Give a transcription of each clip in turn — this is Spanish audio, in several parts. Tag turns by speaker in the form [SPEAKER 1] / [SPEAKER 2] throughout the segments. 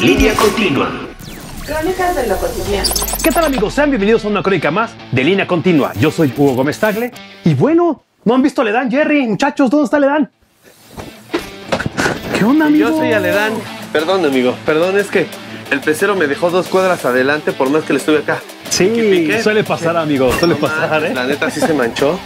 [SPEAKER 1] Línea continua.
[SPEAKER 2] Crónicas de lo cotidiano.
[SPEAKER 1] ¿Qué tal amigos? Sean bienvenidos a una crónica más de Línea Continua. Yo soy Hugo Gómez Tagle. Y bueno, ¿no han visto a Ledán, Jerry? Muchachos, ¿dónde está Ledán? ¿Qué onda, amigo?
[SPEAKER 3] Yo soy Aledán. Perdón, amigo. Perdón, es que el pecero me dejó dos cuadras adelante por más que le estuve acá.
[SPEAKER 1] Sí,
[SPEAKER 3] piqué.
[SPEAKER 1] suele pasar, amigo. Suele pasar, ¿eh?
[SPEAKER 3] La neta sí se manchó.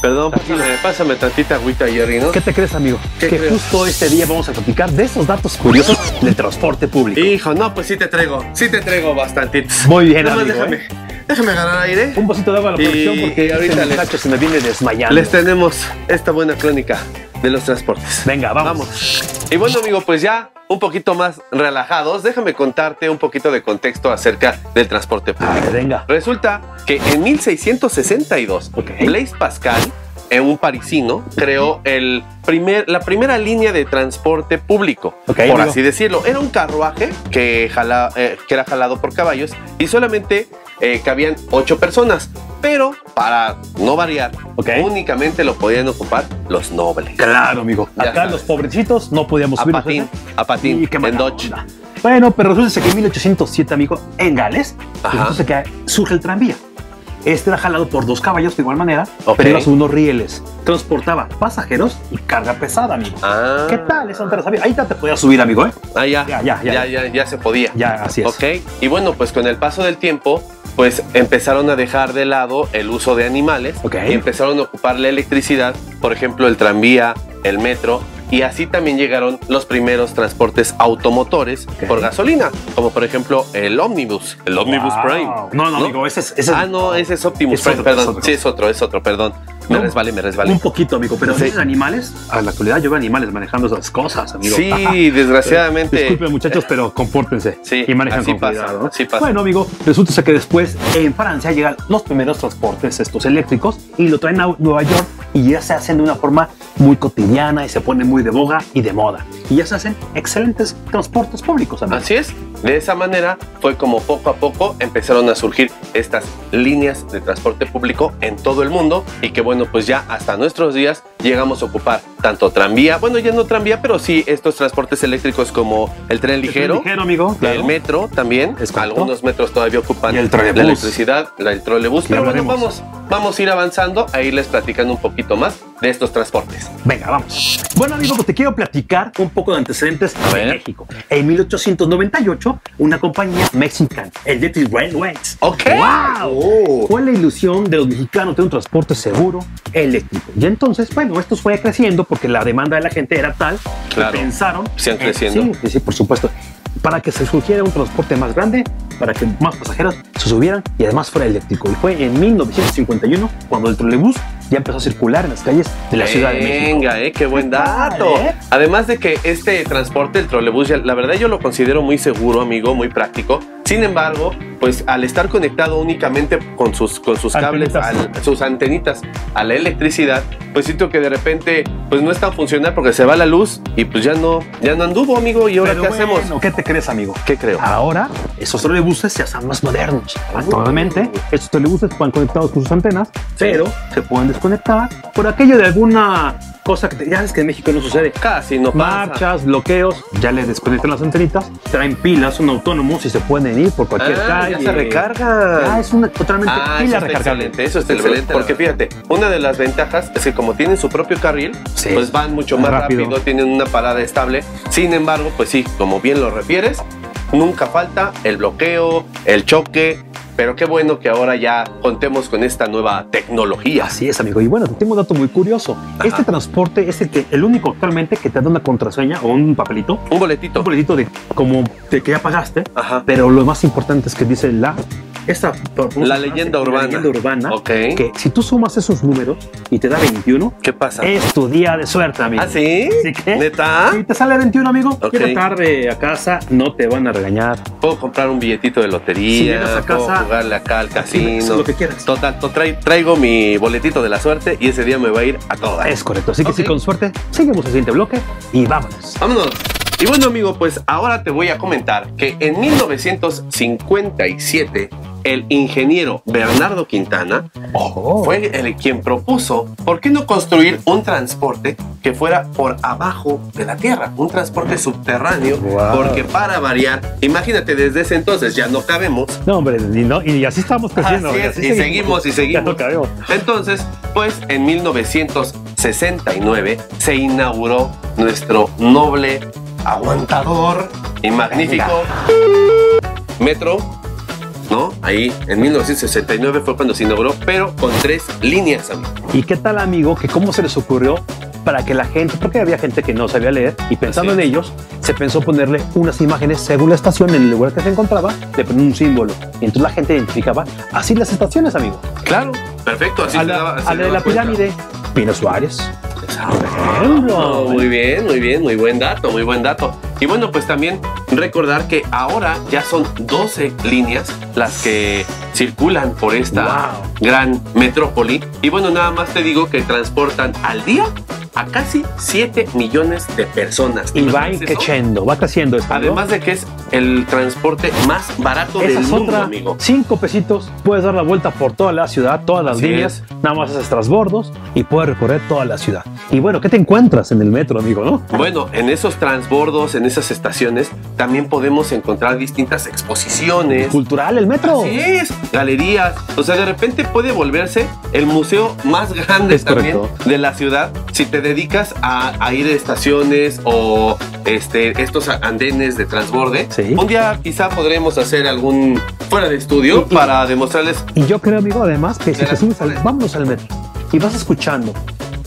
[SPEAKER 3] Perdón, pásame, pásame tantita agüita, Jerry, ¿no?
[SPEAKER 1] ¿Qué te crees, amigo?
[SPEAKER 3] ¿Qué
[SPEAKER 1] que
[SPEAKER 3] creo?
[SPEAKER 1] justo este día vamos a platicar de esos datos curiosos del transporte público.
[SPEAKER 3] Hijo, no, pues sí te traigo. Sí te traigo bastantitos.
[SPEAKER 1] Muy bien,
[SPEAKER 3] Nada más
[SPEAKER 1] amigo, ¿eh?
[SPEAKER 3] déjame, déjame agarrar aire.
[SPEAKER 1] Un vasito de agua a la
[SPEAKER 3] Y-
[SPEAKER 1] producción porque
[SPEAKER 3] y ahorita
[SPEAKER 1] este
[SPEAKER 3] les-
[SPEAKER 1] muchacho se me viene desmayando.
[SPEAKER 3] Les tenemos esta buena crónica de los transportes.
[SPEAKER 1] Venga, vamos.
[SPEAKER 3] Y bueno, amigo, pues ya un poquito más relajados, déjame contarte un poquito de contexto acerca del transporte
[SPEAKER 1] A
[SPEAKER 3] público.
[SPEAKER 1] ver, venga.
[SPEAKER 3] Resulta que en 1662,
[SPEAKER 1] Ok.
[SPEAKER 3] Blaise Pascal, en un parisino, creó el primer, la primera línea de transporte público,
[SPEAKER 1] Ok,
[SPEAKER 3] por
[SPEAKER 1] amigo.
[SPEAKER 3] así decirlo. Era un carruaje que, jala- eh, que era jalado por caballos y solamente eh, cabían ocho personas. Pero, para no variar,
[SPEAKER 1] Ok.
[SPEAKER 3] únicamente lo podían ocupar los nobles.
[SPEAKER 1] Claro, amigo.
[SPEAKER 3] Ya
[SPEAKER 1] Acá
[SPEAKER 3] sabes.
[SPEAKER 1] los pobrecitos no podíamos
[SPEAKER 3] A
[SPEAKER 1] subirnos,
[SPEAKER 3] patín,
[SPEAKER 1] ¿verdad?
[SPEAKER 3] a patín,
[SPEAKER 1] Y ¿eh? qué
[SPEAKER 3] en
[SPEAKER 1] mala
[SPEAKER 3] Dodge.
[SPEAKER 1] onda. Bueno, pero resulta que en 1807, amigo, en Gales, pues
[SPEAKER 3] Ajá.
[SPEAKER 1] resulta que surge el tranvía. Este era jalado por dos caballos de igual manera,
[SPEAKER 3] Ok.
[SPEAKER 1] pero era sobre unos rieles. Transportaba pasajeros y carga pesada, amigo.
[SPEAKER 3] Ah.
[SPEAKER 1] ¿Qué tal? Eso no te lo sabía. Ahí ya te podías subir, amigo, ¿eh?
[SPEAKER 3] Ah, ya,
[SPEAKER 1] Ya, ya, ya.
[SPEAKER 3] ya, ya, ya se podía.
[SPEAKER 1] Ya, así es.
[SPEAKER 3] Ok, y bueno, pues con el paso del tiempo, pues empezaron a dejar de lado el uso de animales
[SPEAKER 1] Ok.
[SPEAKER 3] y empezaron a ocupar la electricidad, por ejemplo, el tranvía, el metro, y así también llegaron los primeros transportes automotores
[SPEAKER 1] Ok.
[SPEAKER 3] por gasolina, como por ejemplo el ómnibus, el ómnibus
[SPEAKER 1] Wow.
[SPEAKER 3] Prime.
[SPEAKER 1] No, no, amigo, ese es. ese es-
[SPEAKER 3] Ah, no, ese es Optimus
[SPEAKER 1] Es
[SPEAKER 3] Prime,
[SPEAKER 1] otro,
[SPEAKER 3] perdón.
[SPEAKER 1] es otro.
[SPEAKER 3] Sí, es otro, es otro, perdón. Me
[SPEAKER 1] No.
[SPEAKER 3] resbalé, me resbalé.
[SPEAKER 1] Un poquito, amigo, pero
[SPEAKER 3] Sí.
[SPEAKER 1] esos animales, a la actualidad yo veo animales manejando esas cosas, amigo.
[SPEAKER 3] Sí, desgraciadamente.
[SPEAKER 1] Disculpen muchachos, pero compórtense
[SPEAKER 3] Sí,
[SPEAKER 1] y manejen
[SPEAKER 3] así
[SPEAKER 1] con
[SPEAKER 3] pasa,
[SPEAKER 1] cuidado. ¿no?
[SPEAKER 3] así pasa.
[SPEAKER 1] Bueno, amigo, resulta que después en Francia llegan los primeros transportes estos eléctricos y lo traen a Nueva York y ya se hacen de una forma muy cotidiana y se pone muy de boga y de moda. Y ya se hacen excelentes transportes públicos, amigo.
[SPEAKER 3] Así es, de esa manera fue como poco a poco empezaron a surgir estas líneas de transporte público en todo el mundo y que bueno, pues ya hasta nuestros días llegamos a ocupar tanto tranvía, bueno ya no tranvía, pero sí estos transportes eléctricos como el tren ligero, el,
[SPEAKER 1] Ligero, amigo. claro.
[SPEAKER 3] metro también,
[SPEAKER 1] Es correcto.
[SPEAKER 3] algunos metros todavía ocupan
[SPEAKER 1] Y el
[SPEAKER 3] la
[SPEAKER 1] trolebús.
[SPEAKER 3] electricidad, la- el trolebús,
[SPEAKER 1] Ya
[SPEAKER 3] pero bueno,
[SPEAKER 1] hablaremos.
[SPEAKER 3] vamos, vamos a ir avanzando a irles platicando un poquito más de estos transportes.
[SPEAKER 1] Venga, vamos. Bueno, amigo, pues te quiero platicar un poco de antecedentes
[SPEAKER 3] A
[SPEAKER 1] de
[SPEAKER 3] ver.
[SPEAKER 1] México. En 1898, una compañía mexicana, Electric Railways,
[SPEAKER 3] Ok.
[SPEAKER 1] ¡Wow! Oh. Fue la ilusión de los mexicanos de un transporte seguro eléctrico. Y entonces, bueno, esto fue creciendo porque la demanda de la gente era tal
[SPEAKER 3] Claro.
[SPEAKER 1] que pensaron.
[SPEAKER 3] Sigan
[SPEAKER 1] eh,
[SPEAKER 3] creciendo.
[SPEAKER 1] sí, sí, sí, por supuesto. Para que se surgiera un transporte más grande, para que más pasajeros se subieran y además fuera eléctrico. Y fue en 1951 cuando el trolebús ya empezó a circular en las calles de la Ciudad de México.
[SPEAKER 3] Venga, eh, qué buen
[SPEAKER 1] tal,
[SPEAKER 3] dato.
[SPEAKER 1] eh?
[SPEAKER 3] Además de que este transporte, el trolebús, ya- la verdad yo lo considero muy seguro, amigo, muy práctico. Sin embargo, pues al estar conectado únicamente con sus, con sus cables,
[SPEAKER 1] Antenitas.
[SPEAKER 3] al- sus antenitas a la electricidad, pues siento que de repente pues no es tan funcional porque se va la luz y pues ya no, ya no anduvo, amigo. ¿Y ahora
[SPEAKER 1] Pero
[SPEAKER 3] qué
[SPEAKER 1] bueno, Ah,
[SPEAKER 3] hacemos?
[SPEAKER 1] ¿Qué te crees, amigo?
[SPEAKER 3] ¿Qué creo?
[SPEAKER 1] Ahora, esos trolebuses se hacen más modernos. Actualmente, estos trolebuses van conectados con sus antenas, pero se pueden desconectar por aquello de alguna cosa que te- ya sabes que en México no sucede.
[SPEAKER 3] Casi no pasa.
[SPEAKER 1] Marchas, bloqueos, ya les desconectan las antenitas, traen pilas, son autónomos y se pueden ir por cualquier
[SPEAKER 3] Ah,
[SPEAKER 1] calle.
[SPEAKER 3] ya se recarga.
[SPEAKER 1] Ah, es una totalmente
[SPEAKER 3] Ah,
[SPEAKER 1] pila
[SPEAKER 3] eso está
[SPEAKER 1] recargable.
[SPEAKER 3] excelente, eso está
[SPEAKER 1] Es
[SPEAKER 3] excelente.
[SPEAKER 1] excelente,
[SPEAKER 3] Porque
[SPEAKER 1] la verdad.
[SPEAKER 3] fíjate, una de las ventajas es que como tienen su propio carril,
[SPEAKER 1] Sí.
[SPEAKER 3] pues van mucho más
[SPEAKER 1] Más rápido.
[SPEAKER 3] rápido. tienen una parada estable. Sin embargo, pues sí, como bien lo refieres, nunca falta el bloqueo, el choque. Pero qué bueno que ahora ya contemos con esta nueva tecnología.
[SPEAKER 1] Así es, amigo. Y bueno, tengo un dato muy curioso. Este transporte es el, que, el único actualmente que te da una contraseña o un papelito
[SPEAKER 3] Un boletito.
[SPEAKER 1] un boletito de como de que ya pagaste,
[SPEAKER 3] Ajá.
[SPEAKER 1] pero lo más importante es que dice la esta
[SPEAKER 3] La leyenda urbana.
[SPEAKER 1] la leyenda urbana,
[SPEAKER 3] Ok.
[SPEAKER 1] que si tú sumas esos números y te da 21,
[SPEAKER 3] ¿Qué pasa?
[SPEAKER 1] es tu día de suerte, amigo.
[SPEAKER 3] ¿Ah, sí?
[SPEAKER 1] Así que-
[SPEAKER 3] ¿Neta?
[SPEAKER 1] Si te sale 21, amigo,
[SPEAKER 3] Ok.
[SPEAKER 1] llega tarde a casa, no te van a regañar.
[SPEAKER 3] Puedo comprar un billetito de
[SPEAKER 1] Si
[SPEAKER 3] lotería,
[SPEAKER 1] llegas a
[SPEAKER 3] puedo
[SPEAKER 1] casa,
[SPEAKER 3] jugarle acá al
[SPEAKER 1] es
[SPEAKER 3] casino.
[SPEAKER 1] lo que quieras.
[SPEAKER 3] Total, to- trai- traigo mi boletito de la suerte y ese día me va a ir a todas.
[SPEAKER 1] Es correcto. Así que
[SPEAKER 3] Ok.
[SPEAKER 1] si con suerte, seguimos el siguiente bloque y vámonos.
[SPEAKER 3] Vámonos. Y bueno, amigo, pues ahora te voy a comentar que en 1957 el ingeniero Bernardo Quintana
[SPEAKER 1] Oh.
[SPEAKER 3] fue el quien propuso, ¿por qué no construir un transporte que fuera por abajo de la tierra? Un transporte subterráneo,
[SPEAKER 1] Wow.
[SPEAKER 3] porque para variar, imagínate, desde ese entonces ya no cabemos.
[SPEAKER 1] No, hombre, y, no- y así estamos creciendo.
[SPEAKER 3] Así
[SPEAKER 1] y
[SPEAKER 3] es, y seguimos, y
[SPEAKER 1] Ya
[SPEAKER 3] seguimos.
[SPEAKER 1] no cabemos.
[SPEAKER 3] Entonces, pues en 1969 se inauguró nuestro noble, aguantador y magnífico metro, ¿no? Ahí en 1969 fue cuando se inauguró, pero con tres líneas, amigo.
[SPEAKER 1] ¿Y qué tal, amigo, que cómo se les ocurrió para que la gente, porque había gente que no sabía leer, y pensando en
[SPEAKER 3] Así es.
[SPEAKER 1] ellos, se pensó ponerle unas imágenes según la estación, en el lugar que se encontraba, le ponían un símbolo. Y entonces la gente identificaba así las estaciones, amigo.
[SPEAKER 3] Claro. Perfecto, así
[SPEAKER 1] a
[SPEAKER 3] se
[SPEAKER 1] la,
[SPEAKER 3] daba- se
[SPEAKER 1] a la de
[SPEAKER 3] daba
[SPEAKER 1] la
[SPEAKER 3] cuenta.
[SPEAKER 1] pirámide, Pino Suárez. Por
[SPEAKER 3] No,
[SPEAKER 1] ejemplo.
[SPEAKER 3] muy bien, muy bien, muy buen dato, muy buen dato. Y bueno, pues también recordar que ahora ya son 12 líneas las que circulan por esta
[SPEAKER 1] Wow.
[SPEAKER 3] gran metrópoli. Y bueno, nada más te digo que transportan al día a casi 7 millones de personas. ¿Te
[SPEAKER 1] Y va
[SPEAKER 3] imaginas eso?
[SPEAKER 1] creciendo, va creciendo esto. ¿no?
[SPEAKER 3] Además de que es el transporte más barato
[SPEAKER 1] Esa
[SPEAKER 3] del
[SPEAKER 1] es
[SPEAKER 3] mundo,
[SPEAKER 1] otra.
[SPEAKER 3] amigo.
[SPEAKER 1] Cinco pesitos, puedes dar la vuelta por toda la ciudad, todas las
[SPEAKER 3] Así
[SPEAKER 1] líneas, nada más haces trasbordos y puedes recorrer toda la ciudad. Y bueno, ¿qué te encuentras en el metro, amigo, no?
[SPEAKER 3] Bueno, en esos transbordos, en esas estaciones, también podemos encontrar distintas exposiciones,
[SPEAKER 1] Cultural, el metro.
[SPEAKER 3] Así es, galerías. O sea, de repente puede volverse el museo más grande
[SPEAKER 1] Es
[SPEAKER 3] también
[SPEAKER 1] correcto.
[SPEAKER 3] de la ciudad si te dedicas a, a ir a estaciones o este, estos a- andenes de transborde.
[SPEAKER 1] Sí.
[SPEAKER 3] Un día quizá podremos hacer algún fuera de estudio
[SPEAKER 1] Y- y-
[SPEAKER 3] para demostrarles
[SPEAKER 1] Y yo creo, amigo, además, que si
[SPEAKER 3] De
[SPEAKER 1] te
[SPEAKER 3] las
[SPEAKER 1] subes al,
[SPEAKER 3] mejores.
[SPEAKER 1] vámonos al metro y vas escuchando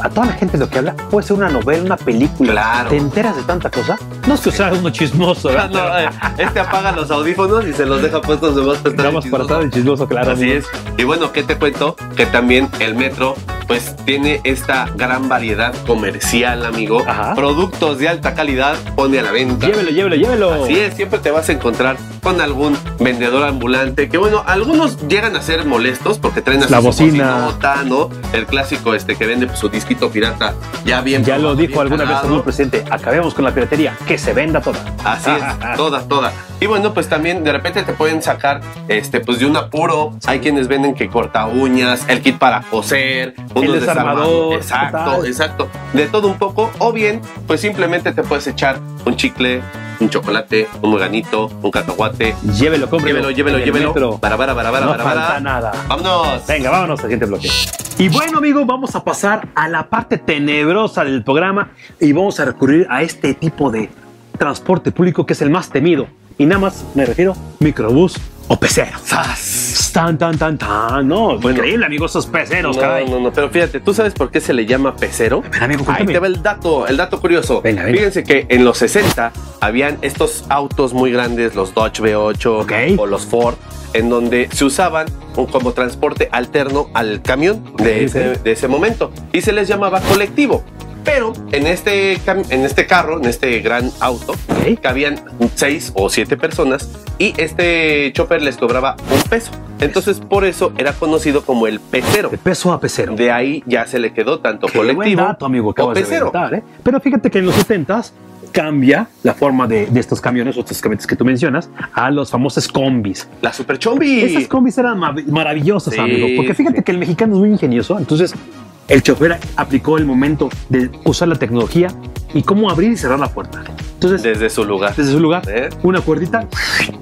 [SPEAKER 1] a toda la gente de lo que habla, puede ser una novela, una película.
[SPEAKER 3] Claro.
[SPEAKER 1] ¿Te enteras de tanta cosa? No es que sea uno chismoso,
[SPEAKER 3] Ah,
[SPEAKER 1] ¿verdad?
[SPEAKER 3] no, eh, este apaga los audífonos y se los deja puestos de más para estar
[SPEAKER 1] Nada más para
[SPEAKER 3] chismoso.
[SPEAKER 1] estar el chismoso, claro.
[SPEAKER 3] Así
[SPEAKER 1] amigo.
[SPEAKER 3] es. Y bueno, ¿qué te cuento? Que también el metro, pues tiene esta gran variedad comercial, amigo.
[SPEAKER 1] Ajá.
[SPEAKER 3] Productos de alta calidad pone a la venta.
[SPEAKER 1] Llévelo, llévelo, llévelo.
[SPEAKER 3] Así es, siempre te vas a encontrar con algún vendedor ambulante que, bueno, algunos llegan a ser molestos porque traen a
[SPEAKER 1] La
[SPEAKER 3] su
[SPEAKER 1] bocina.
[SPEAKER 3] bocinota, ¿no? El clásico este que vende pues, su disquito pirata ya bien.
[SPEAKER 1] Ya lo
[SPEAKER 3] probado,
[SPEAKER 1] dijo
[SPEAKER 3] bien
[SPEAKER 1] alguna vez
[SPEAKER 3] calado.
[SPEAKER 1] algún presidente, acabemos con la piratería, que se venda toda.
[SPEAKER 3] Así es, toda, toda. Y bueno, pues también de repente te pueden sacar este, pues de un apuro. Hay quienes venden que corta uñas, el kit para coser, unos
[SPEAKER 1] desarmador,
[SPEAKER 3] desarmadores. Exacto,
[SPEAKER 1] tal.
[SPEAKER 3] exacto. De todo un poco. O bien, pues simplemente te puedes echar un chicle, un chocolate, un organito, un cacahuate.
[SPEAKER 1] Llévelo, cómprelo.
[SPEAKER 3] Llévelo, llévelo,
[SPEAKER 1] en el
[SPEAKER 3] llévelo.
[SPEAKER 1] metro.
[SPEAKER 3] Para, para, para, para,
[SPEAKER 1] no
[SPEAKER 3] para,
[SPEAKER 1] falta
[SPEAKER 3] para.
[SPEAKER 1] nada.
[SPEAKER 3] Vámonos.
[SPEAKER 1] Venga, vámonos al siguiente bloque. Y bueno, amigos, vamos a pasar a la parte tenebrosa del programa y vamos a recurrir a este tipo de transporte público que es el más temido. Y nada más me refiero microbús o peceros.
[SPEAKER 3] Zas.
[SPEAKER 1] Tan, tan, tan, tan. No,
[SPEAKER 3] Bueno.
[SPEAKER 1] increíble, amigos, esos peceros,
[SPEAKER 3] No,
[SPEAKER 1] caray.
[SPEAKER 3] no, no, pero fíjate, ¿tú sabes por qué se le llama pecero?
[SPEAKER 1] ver, amigo,
[SPEAKER 3] Ahí
[SPEAKER 1] cuéntame.
[SPEAKER 3] te va el dato, el dato curioso.
[SPEAKER 1] Venga, venga.
[SPEAKER 3] Fíjense que en los 60 habían estos autos muy grandes, los Dodge V8
[SPEAKER 1] Ok.
[SPEAKER 3] o los Ford, en donde se usaban un- como transporte alterno al camión de,
[SPEAKER 1] Ok,
[SPEAKER 3] ese, de ese momento y se les llamaba colectivo. Pero en este, cam- en este carro, en este gran auto,
[SPEAKER 1] Ok.
[SPEAKER 3] cabían seis o siete personas y este chofer les cobraba un peso. Entonces por eso era conocido como el pecero.
[SPEAKER 1] De peso a pecero.
[SPEAKER 3] De ahí ya se le quedó tanto
[SPEAKER 1] Qué
[SPEAKER 3] colectivo
[SPEAKER 1] buen dato, amigo,
[SPEAKER 3] o
[SPEAKER 1] acabas de
[SPEAKER 3] pecero.
[SPEAKER 1] inventar, ¿eh? Pero fíjate que en los 70s cambia la forma de, de estos camiones o estos camiones que tú mencionas a los famosos combis.
[SPEAKER 3] La super chombi.
[SPEAKER 1] Esas combis eran mav- maravillosas,
[SPEAKER 3] Sí,
[SPEAKER 1] amigo, porque
[SPEAKER 3] sí,
[SPEAKER 1] fíjate
[SPEAKER 3] sí.
[SPEAKER 1] que el mexicano es muy ingenioso, entonces el chofer aplicó el momento de usar la tecnología y cómo abrir y cerrar la puerta. Entonces,
[SPEAKER 3] Desde su lugar.
[SPEAKER 1] desde su lugar,
[SPEAKER 3] ¿Eh?
[SPEAKER 1] una cuerdita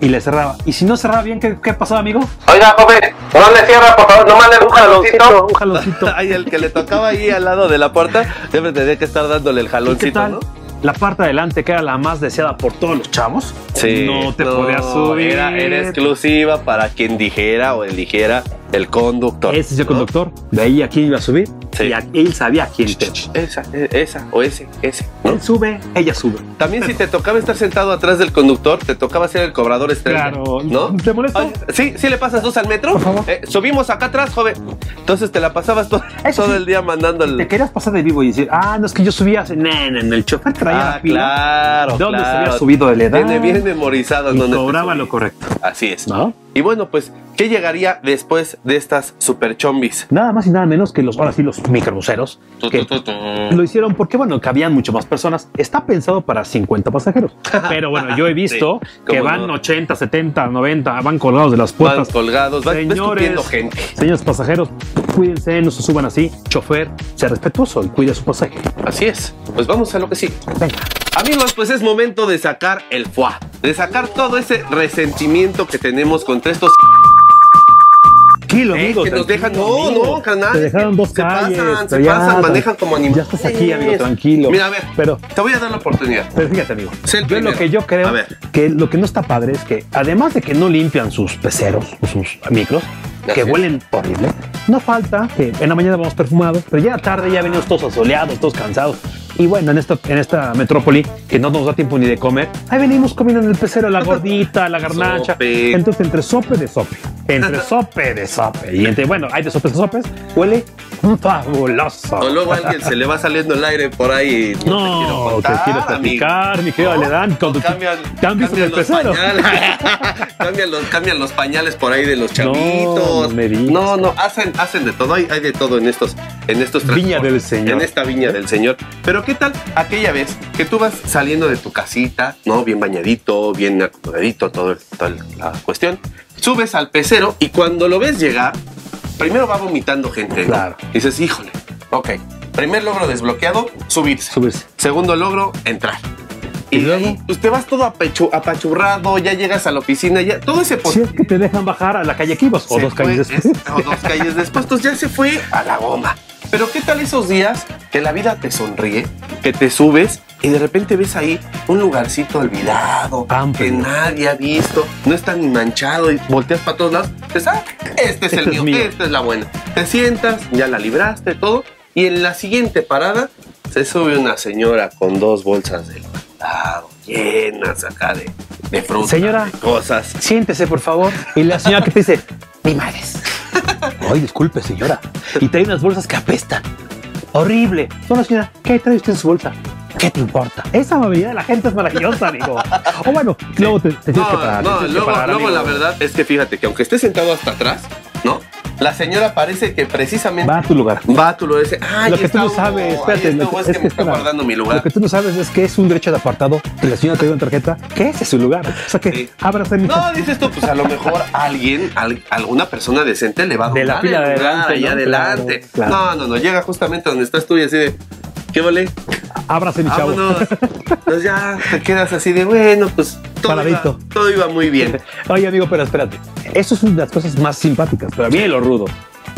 [SPEAKER 1] y le cerraba. Y si no cerraba bien, ¿qué, qué pasaba, amigo?
[SPEAKER 4] Oiga, joven, no le cierra, por favor, no mande un jaloncito.
[SPEAKER 1] Un jaloncito.
[SPEAKER 3] Ay, el que le tocaba ahí al lado de la puerta, siempre tenía que estar dándole el
[SPEAKER 1] ¿Y qué
[SPEAKER 3] jaloncito,
[SPEAKER 1] tal?
[SPEAKER 3] ¿no?
[SPEAKER 1] La parte de adelante, que era la más deseada por todos los chavos, no te
[SPEAKER 3] no,
[SPEAKER 1] podías subir.
[SPEAKER 3] Era, era exclusiva para quien dijera o eligiera el conductor.
[SPEAKER 1] Ese es el
[SPEAKER 3] ¿no?
[SPEAKER 1] conductor, veía quién iba a subir
[SPEAKER 3] Sí.
[SPEAKER 1] y a- él sabía quién te.
[SPEAKER 3] Esa, e- esa o ese, ese, ¿no?
[SPEAKER 1] Él sube, ella sube.
[SPEAKER 3] También si te tocaba estar sentado atrás del conductor, te tocaba ser el cobrador estrella.
[SPEAKER 1] Claro.
[SPEAKER 3] ¿No?
[SPEAKER 1] ¿Te molesta?
[SPEAKER 3] Oye, sí, sí le pasas dos al metro.
[SPEAKER 1] Por favor.
[SPEAKER 3] Eh, subimos acá atrás, joven. Entonces te la pasabas to-
[SPEAKER 1] Eso
[SPEAKER 3] todo
[SPEAKER 1] sí.
[SPEAKER 3] el día mandando el.
[SPEAKER 1] Te querías pasar de vivo y decir, ah, no, es que yo subía. No, no, no, el chofer traía
[SPEAKER 3] Ah,
[SPEAKER 1] la pila.
[SPEAKER 3] claro.
[SPEAKER 1] ¿Dónde se
[SPEAKER 3] claro.
[SPEAKER 1] había subido de la edad?
[SPEAKER 3] Tiene bien memorizado
[SPEAKER 1] Y
[SPEAKER 3] dónde te
[SPEAKER 1] cobraba
[SPEAKER 3] subí.
[SPEAKER 1] lo correcto,
[SPEAKER 3] Así es.
[SPEAKER 1] ¿no?
[SPEAKER 3] Y bueno, pues, ¿qué llegaría después de estas super chombis?
[SPEAKER 1] Nada más y nada menos que los, ahora sí, los microbuseros, que lo hicieron porque, bueno, cabían mucho más personas. Está pensado para 50 pasajeros. Pero bueno, yo he visto
[SPEAKER 3] Sí,
[SPEAKER 1] que
[SPEAKER 3] cómo
[SPEAKER 1] van
[SPEAKER 3] no.
[SPEAKER 1] 80, 70, 90, van colgados de las
[SPEAKER 3] Van
[SPEAKER 1] puertas.
[SPEAKER 3] colgados, van ves
[SPEAKER 1] Señores.
[SPEAKER 3] tupiendo gente.
[SPEAKER 1] Señores pasajeros, cuídense, no se suban así. Chofer, sea respetuoso y cuide su pasaje.
[SPEAKER 3] Así es. Pues vamos a lo que sí.
[SPEAKER 1] Venga.
[SPEAKER 3] Amigos, pues es momento de sacar el foie, de sacar todo ese resentimiento que tenemos contra estos
[SPEAKER 1] Tranquilo,
[SPEAKER 3] Eh,
[SPEAKER 1] amigo.
[SPEAKER 3] que nos
[SPEAKER 1] tranquilo,
[SPEAKER 3] dejan. No,
[SPEAKER 1] amigo.
[SPEAKER 3] no, carnal.
[SPEAKER 1] Te dejaron dos
[SPEAKER 3] se
[SPEAKER 1] calles.
[SPEAKER 3] pasan, se
[SPEAKER 1] pero ya,
[SPEAKER 3] pasan, manejan como
[SPEAKER 1] Ya
[SPEAKER 3] animales.
[SPEAKER 1] estás aquí, amigo, tranquilo.
[SPEAKER 3] Mira, a ver.
[SPEAKER 1] Pero,
[SPEAKER 3] Te voy a dar la oportunidad.
[SPEAKER 1] pero fíjate, amigo.
[SPEAKER 3] Sé el
[SPEAKER 1] Yo lo
[SPEAKER 3] primero.
[SPEAKER 1] que yo creo
[SPEAKER 3] A ver.
[SPEAKER 1] que lo que no está padre es que, además de que no limpian sus peceros o sus micros, que
[SPEAKER 3] Así es.
[SPEAKER 1] huelen horrible, no falta que en la mañana vamos perfumados, pero ya tarde ya venimos todos asoleados, todos cansados. Y bueno, en esta, en esta metrópoli que no nos da tiempo ni de comer, ahí venimos comiendo en el pecero la gordita, la garnacha.
[SPEAKER 3] Sope.
[SPEAKER 1] Entonces, entre sope de sope, entre sope de sope, y entre, bueno, hay de sopes a sopes, huele fabuloso.
[SPEAKER 3] O luego a alguien se le va saliendo el aire por ahí. y
[SPEAKER 1] No, te quiero
[SPEAKER 3] amigo.
[SPEAKER 1] platicar, mi querido
[SPEAKER 3] No,
[SPEAKER 1] Aledán, con tu
[SPEAKER 3] Cambian,
[SPEAKER 1] cambios en
[SPEAKER 3] cambian
[SPEAKER 1] el
[SPEAKER 3] los
[SPEAKER 1] pecero.
[SPEAKER 3] pañales. cambian, los, cambian los pañales por ahí de los chavitos.
[SPEAKER 1] no me digas.
[SPEAKER 3] no, no, hacen, hacen de todo. Hay, hay de todo en estos, en estos
[SPEAKER 1] Viña
[SPEAKER 3] transportes,
[SPEAKER 1] del Señor.
[SPEAKER 3] En esta viña del señor. Pero qué tal aquella vez que tú vas saliendo de tu casita, ¿no? Bien bañadito, bien acomodadito, todo, el- toda la cuestión. Subes al pecero y cuando lo ves llegar, primero va vomitando gente. ¿no?
[SPEAKER 1] Claro.
[SPEAKER 3] Dices, híjole, ok. Primer logro desbloqueado, subirse.
[SPEAKER 1] Subirse.
[SPEAKER 3] Segundo logro, entrar.
[SPEAKER 1] ¿Y
[SPEAKER 3] Y,
[SPEAKER 1] luego?
[SPEAKER 3] luego, pues te vas todo apechu- apachurrado, ya llegas a la oficina, ya todo ese
[SPEAKER 1] Si
[SPEAKER 3] post-
[SPEAKER 1] es que te dejan bajar a la calle Quivos o
[SPEAKER 3] se
[SPEAKER 1] dos
[SPEAKER 3] fue,
[SPEAKER 1] calles después.
[SPEAKER 3] es- o dos calles después, pues ya se fue a la goma. Pero ¿qué tal esos días que la vida te sonríe, que te subes y de repente ves ahí un lugarcito olvidado, que
[SPEAKER 1] Amplio.
[SPEAKER 3] nadie ha visto, no está ni manchado y volteas para todos lados, dices, ah, este es
[SPEAKER 1] Este es
[SPEAKER 3] el mío,
[SPEAKER 1] mío.
[SPEAKER 3] esta es la buena. Te sientas, ya la libraste, todo, y en la siguiente parada se sube una señora con dos bolsas de lado llenas acá de, de frutas,
[SPEAKER 1] Señora.
[SPEAKER 3] de cosas.
[SPEAKER 1] Siéntese, por favor. Y la señora que te dice, mi madre. Ay, disculpe, señora. Y trae unas bolsas que apestan. Horrible. Bueno, señora, ¿qué trae usted en su bolsa? ¿Qué te importa? Esa amabilidad de la gente es maravillosa, amigo. O bueno, luego te, te tienes que parar. te
[SPEAKER 3] no,
[SPEAKER 1] tienes que
[SPEAKER 3] luego,
[SPEAKER 1] parar,
[SPEAKER 3] luego
[SPEAKER 1] amigo.
[SPEAKER 3] la verdad es que fíjate que aunque esté sentado hasta atrás, ¿no? La señora parece que precisamente
[SPEAKER 1] Va a tu lugar.
[SPEAKER 3] va a tu lugar y dice, ah,
[SPEAKER 1] lo
[SPEAKER 3] ahí
[SPEAKER 1] que tú
[SPEAKER 3] está
[SPEAKER 1] no
[SPEAKER 3] uno, ahí
[SPEAKER 1] sabes, espérate,
[SPEAKER 3] está
[SPEAKER 1] lo
[SPEAKER 3] uno,
[SPEAKER 1] que,
[SPEAKER 3] es que me está
[SPEAKER 1] espera,
[SPEAKER 3] guardando mi
[SPEAKER 1] Lo
[SPEAKER 3] lugar.
[SPEAKER 1] que tú no sabes es que es un derecho de apartado que la señora te dio una tarjeta, que ese es su lugar. O sea que
[SPEAKER 3] Sí.
[SPEAKER 1] ábrase mi
[SPEAKER 3] No, dices tú, pues a lo mejor alguien, al- alguna persona decente le va a
[SPEAKER 1] De la
[SPEAKER 3] donar
[SPEAKER 1] fila
[SPEAKER 3] el
[SPEAKER 1] de
[SPEAKER 3] lugar
[SPEAKER 1] adelante,
[SPEAKER 3] ahí
[SPEAKER 1] ¿no?
[SPEAKER 3] adelante.
[SPEAKER 1] Claro, claro.
[SPEAKER 3] No, no, no, llega justamente donde estás tú y así de, ¿qué vale?
[SPEAKER 1] ábrase mi chavo.
[SPEAKER 3] Vámonos. Entonces ya te quedas así de, bueno, pues todo, iba,
[SPEAKER 1] Paradito.
[SPEAKER 3] todo iba muy bien.
[SPEAKER 1] Oye, amigo, pero espérate. Eso es una de las cosas más simpáticas, pero a mí lo rudo.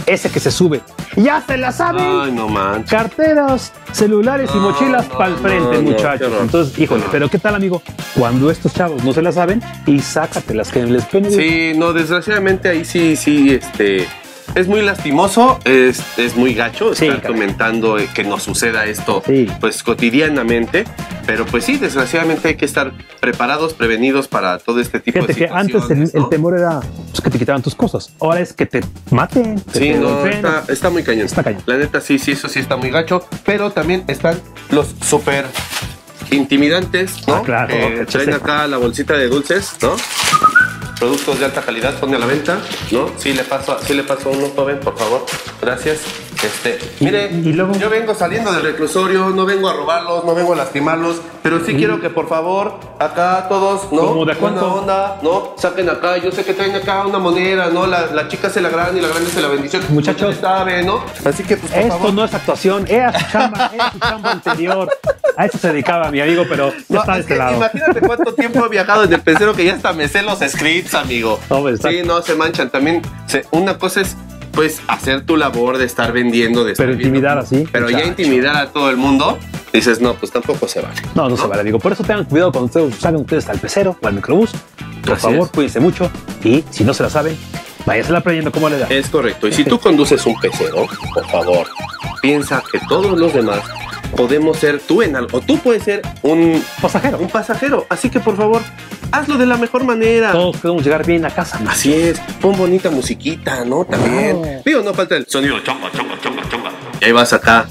[SPEAKER 1] Ese que se sube. ¡Ya se la saben!
[SPEAKER 3] Ay, no manches.
[SPEAKER 1] Carteras, celulares y
[SPEAKER 3] No,
[SPEAKER 1] mochilas
[SPEAKER 3] no,
[SPEAKER 1] para el
[SPEAKER 3] no,
[SPEAKER 1] frente,
[SPEAKER 3] no,
[SPEAKER 1] muchachos.
[SPEAKER 3] qué horror.
[SPEAKER 1] Entonces, híjole, pero ¿qué tal, amigo? Cuando estos chavos no se la saben y sácatelas que les pene.
[SPEAKER 3] Sí, no, desgraciadamente ahí sí, sí, este. Es muy lastimoso, es, es muy gacho
[SPEAKER 1] Sí,
[SPEAKER 3] estar
[SPEAKER 1] caray.
[SPEAKER 3] comentando eh, que nos suceda esto
[SPEAKER 1] Sí.
[SPEAKER 3] pues cotidianamente, pero pues sí, desgraciadamente hay que estar preparados, prevenidos para todo este tipo
[SPEAKER 1] Fíjate
[SPEAKER 3] de
[SPEAKER 1] que
[SPEAKER 3] situaciones.
[SPEAKER 1] antes el, el
[SPEAKER 3] ¿no?
[SPEAKER 1] temor era pues, que te quitaran tus cosas. Ahora es que te maten. que
[SPEAKER 3] Sí,
[SPEAKER 1] te
[SPEAKER 3] no,
[SPEAKER 1] golpeen.
[SPEAKER 3] está, está muy cañón.
[SPEAKER 1] Está cañón.
[SPEAKER 3] La neta, sí, sí, eso sí está muy gacho. Pero también están los súper intimidantes, ¿no?
[SPEAKER 1] Ah, claro,
[SPEAKER 3] Que
[SPEAKER 1] que
[SPEAKER 3] traen
[SPEAKER 1] se-
[SPEAKER 3] acá la bolsita de dulces, ¿no? Productos de alta calidad, pone a la venta, ¿no? Sí, le paso, sí le paso uno, joven, por favor. Gracias. Este,
[SPEAKER 1] Y-
[SPEAKER 3] mire,
[SPEAKER 1] y luego-
[SPEAKER 3] yo vengo saliendo del reclusorio, no vengo a robarlos, no vengo a lastimarlos, pero sí quiero que por favor, acá todos, ¿no?
[SPEAKER 1] ¿Cómo de a
[SPEAKER 3] Buena
[SPEAKER 1] cuánto?
[SPEAKER 3] onda, ¿no? Saquen acá, yo sé que traen acá una moneda, ¿no? La, la chica se la grande y la grande se la bendición.
[SPEAKER 1] Muchachos.
[SPEAKER 3] Ustedes saben, ¿no? Así que, pues, por
[SPEAKER 1] Esto
[SPEAKER 3] favor.
[SPEAKER 1] no es actuación, era su chamba, era su chamba anterior. A eso se dedicaba mi amigo, pero ya
[SPEAKER 3] No,
[SPEAKER 1] está de
[SPEAKER 3] es
[SPEAKER 1] este
[SPEAKER 3] que
[SPEAKER 1] lado.
[SPEAKER 3] Imagínate cuánto tiempo he viajado en el pecero que ya hasta me sé los scripts, amigo.
[SPEAKER 1] No, pues, está-
[SPEAKER 3] sí, no, se manchan. También, se- una cosa es, pues, hacer tu labor de estar vendiendo, de estar
[SPEAKER 1] Pero
[SPEAKER 3] viendo.
[SPEAKER 1] intimidar así,
[SPEAKER 3] Pero ya
[SPEAKER 1] muchacho.
[SPEAKER 3] intimidar a todo el mundo, dices, no, pues tampoco se vale.
[SPEAKER 1] No, no se vale, amigo. Por eso tengan cuidado cuando ustedes salgan ustedes al pecero o al microbús. Por
[SPEAKER 3] Así
[SPEAKER 1] favor,
[SPEAKER 3] es.
[SPEAKER 1] cuídense mucho y si no se la saben, váyanse aprendiendo cómo le da.
[SPEAKER 3] Es correcto. Y si tú conduces un pecero, por favor, piensa que todos los demás podemos ser tú en algo. O tú puedes ser un,
[SPEAKER 1] Pasajero.
[SPEAKER 3] un pasajero. Así que, por favor, hazlo de la mejor manera.
[SPEAKER 1] Todos podemos llegar bien a casa. ¿no?
[SPEAKER 3] Así es, pon bonita musiquita, ¿no? También.
[SPEAKER 1] Claro.
[SPEAKER 3] Digo, no falta el sonido chonga, chonga, chonga, chonga. Y ahí vas acá,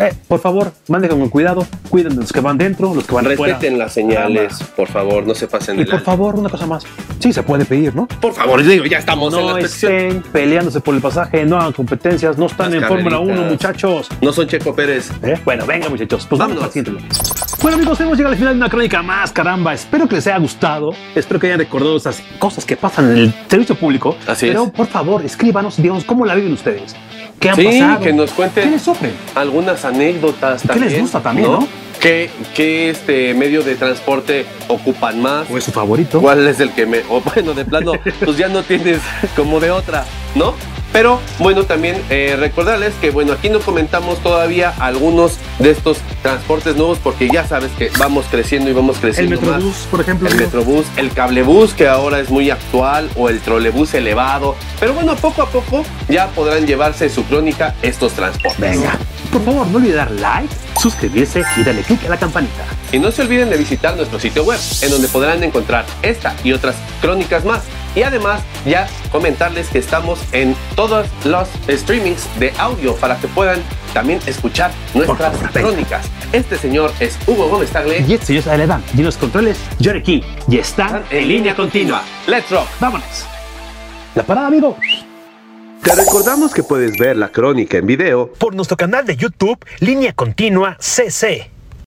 [SPEAKER 1] Eh, por favor, manden con cuidado, cuiden de los que van dentro, los que van fuera.
[SPEAKER 3] Respeten las señales, por favor, no se pasen
[SPEAKER 1] Y
[SPEAKER 3] de
[SPEAKER 1] por
[SPEAKER 3] lanza.
[SPEAKER 1] favor, una cosa más. Sí, se puede pedir, ¿no?
[SPEAKER 3] Por favor, yo digo, ya estamos en
[SPEAKER 1] No
[SPEAKER 3] la sección.
[SPEAKER 1] estén peleándose por el pasaje, no hagan competencias, no están
[SPEAKER 3] Las
[SPEAKER 1] en Fórmula 1,
[SPEAKER 3] carreritas.
[SPEAKER 1] muchachos.
[SPEAKER 3] No son Checo Pérez.
[SPEAKER 1] ¿Eh? Bueno, venga muchachos, pues
[SPEAKER 3] Vámonos.
[SPEAKER 1] vamos al siguiente bloque. Bueno amigos, hemos llegado al final de una crónica más, caramba. Espero que les haya gustado, espero que hayan recordado esas cosas que pasan en el servicio público.
[SPEAKER 3] Así
[SPEAKER 1] Pero
[SPEAKER 3] es.
[SPEAKER 1] por favor, escríbanos y digamos cómo la viven ustedes. ¿Qué han
[SPEAKER 3] Sí,
[SPEAKER 1] pasado?
[SPEAKER 3] que nos cuenten.
[SPEAKER 1] ¿Qué les sufren?
[SPEAKER 3] Algunas anécdotas
[SPEAKER 1] ¿Qué les
[SPEAKER 3] también.
[SPEAKER 1] gusta también, no?
[SPEAKER 3] ¿Qué, qué, este medio de transporte ocupan más?
[SPEAKER 1] ¿O es su favorito?
[SPEAKER 3] ¿Cuál es el que me.? O bueno, de plano, pues ya no tienes como de otra, ¿no? Pero bueno, también eh, recordarles que bueno, aquí no comentamos todavía algunos de estos transportes nuevos porque ya sabes que vamos creciendo y vamos
[SPEAKER 1] El
[SPEAKER 3] creciendo más.
[SPEAKER 1] Metrobús, por ejemplo.
[SPEAKER 3] El
[SPEAKER 1] amigo.
[SPEAKER 3] Metrobús, el cablebús que ahora es muy actual o el trolebús elevado. Pero bueno, poco a poco ya podrán llevarse su crónica estos transportes.
[SPEAKER 1] Venga, por favor, no olviden dar like, suscribirse y darle click a la campanita.
[SPEAKER 3] Y no se olviden de visitar nuestro sitio web, en donde podrán encontrar esta y otras crónicas más. Y además, ya comentarles que estamos en todos los streamings de audio para que puedan también escuchar nuestras
[SPEAKER 1] favor, venga.
[SPEAKER 3] crónicas. Este señor es Hugo Gómez Tagle.
[SPEAKER 1] Y este esto yo soy Aledán, y en los controles, Johnny King. Y están en línea continua.
[SPEAKER 3] Let's rock.
[SPEAKER 1] Vámonos. La parada, amigo.
[SPEAKER 3] Te recordamos que puedes ver la crónica en video
[SPEAKER 5] por nuestro canal de YouTube Línea Continua CC.